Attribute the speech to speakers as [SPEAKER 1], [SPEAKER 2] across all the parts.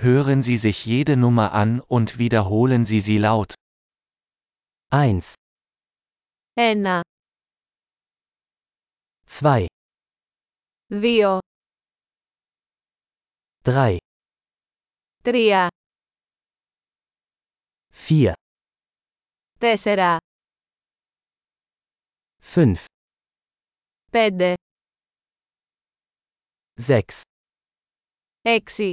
[SPEAKER 1] Hören Sie sich jede Nummer an und wiederholen Sie sie laut.
[SPEAKER 2] 1,
[SPEAKER 3] 1,
[SPEAKER 2] 2,
[SPEAKER 3] 2,
[SPEAKER 2] 3,
[SPEAKER 3] 3,
[SPEAKER 2] 4,
[SPEAKER 3] 4,
[SPEAKER 2] 5,
[SPEAKER 3] 5,
[SPEAKER 2] 6,
[SPEAKER 3] 6,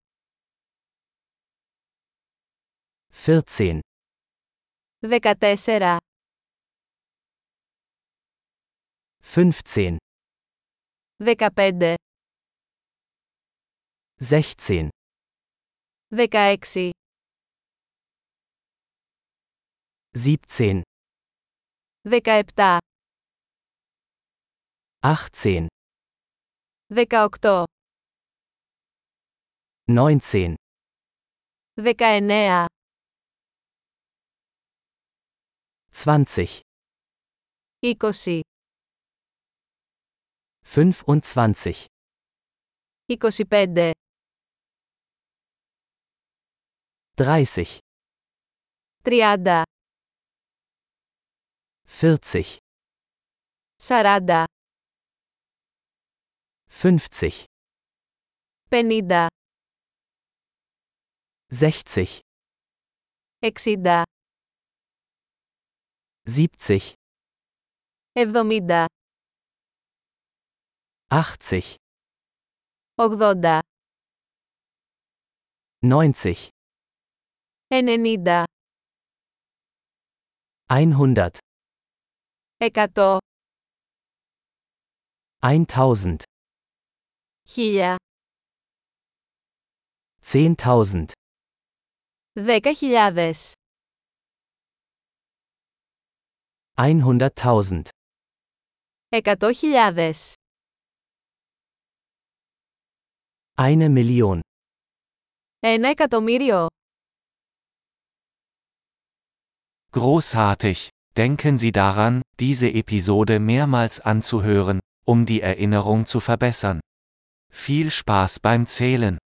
[SPEAKER 2] 14,
[SPEAKER 3] 14,
[SPEAKER 2] 15,
[SPEAKER 3] 15,
[SPEAKER 2] 16,
[SPEAKER 3] 16,
[SPEAKER 2] 17,
[SPEAKER 3] 17,
[SPEAKER 2] 18,
[SPEAKER 3] 18,
[SPEAKER 2] 19,
[SPEAKER 3] 19,
[SPEAKER 2] 20,
[SPEAKER 3] 20,
[SPEAKER 2] 25,
[SPEAKER 3] 25,
[SPEAKER 2] 30, 40, 50,
[SPEAKER 3] 30, 40, 50,
[SPEAKER 2] 60, 70,
[SPEAKER 3] 60, 70,
[SPEAKER 2] 80, 90,
[SPEAKER 3] 80, 90,
[SPEAKER 2] 100,
[SPEAKER 3] 100,
[SPEAKER 2] 1000,
[SPEAKER 3] 1000,
[SPEAKER 2] 10.000,
[SPEAKER 3] 10.000,
[SPEAKER 2] 100.000,
[SPEAKER 3] 100.000,
[SPEAKER 2] eine Million,
[SPEAKER 3] 1 εκατομμύριο.
[SPEAKER 1] Großartig! Denken Sie daran, diese Episode mehrmals anzuhören, um die Erinnerung zu verbessern. Viel Spaß beim Zählen!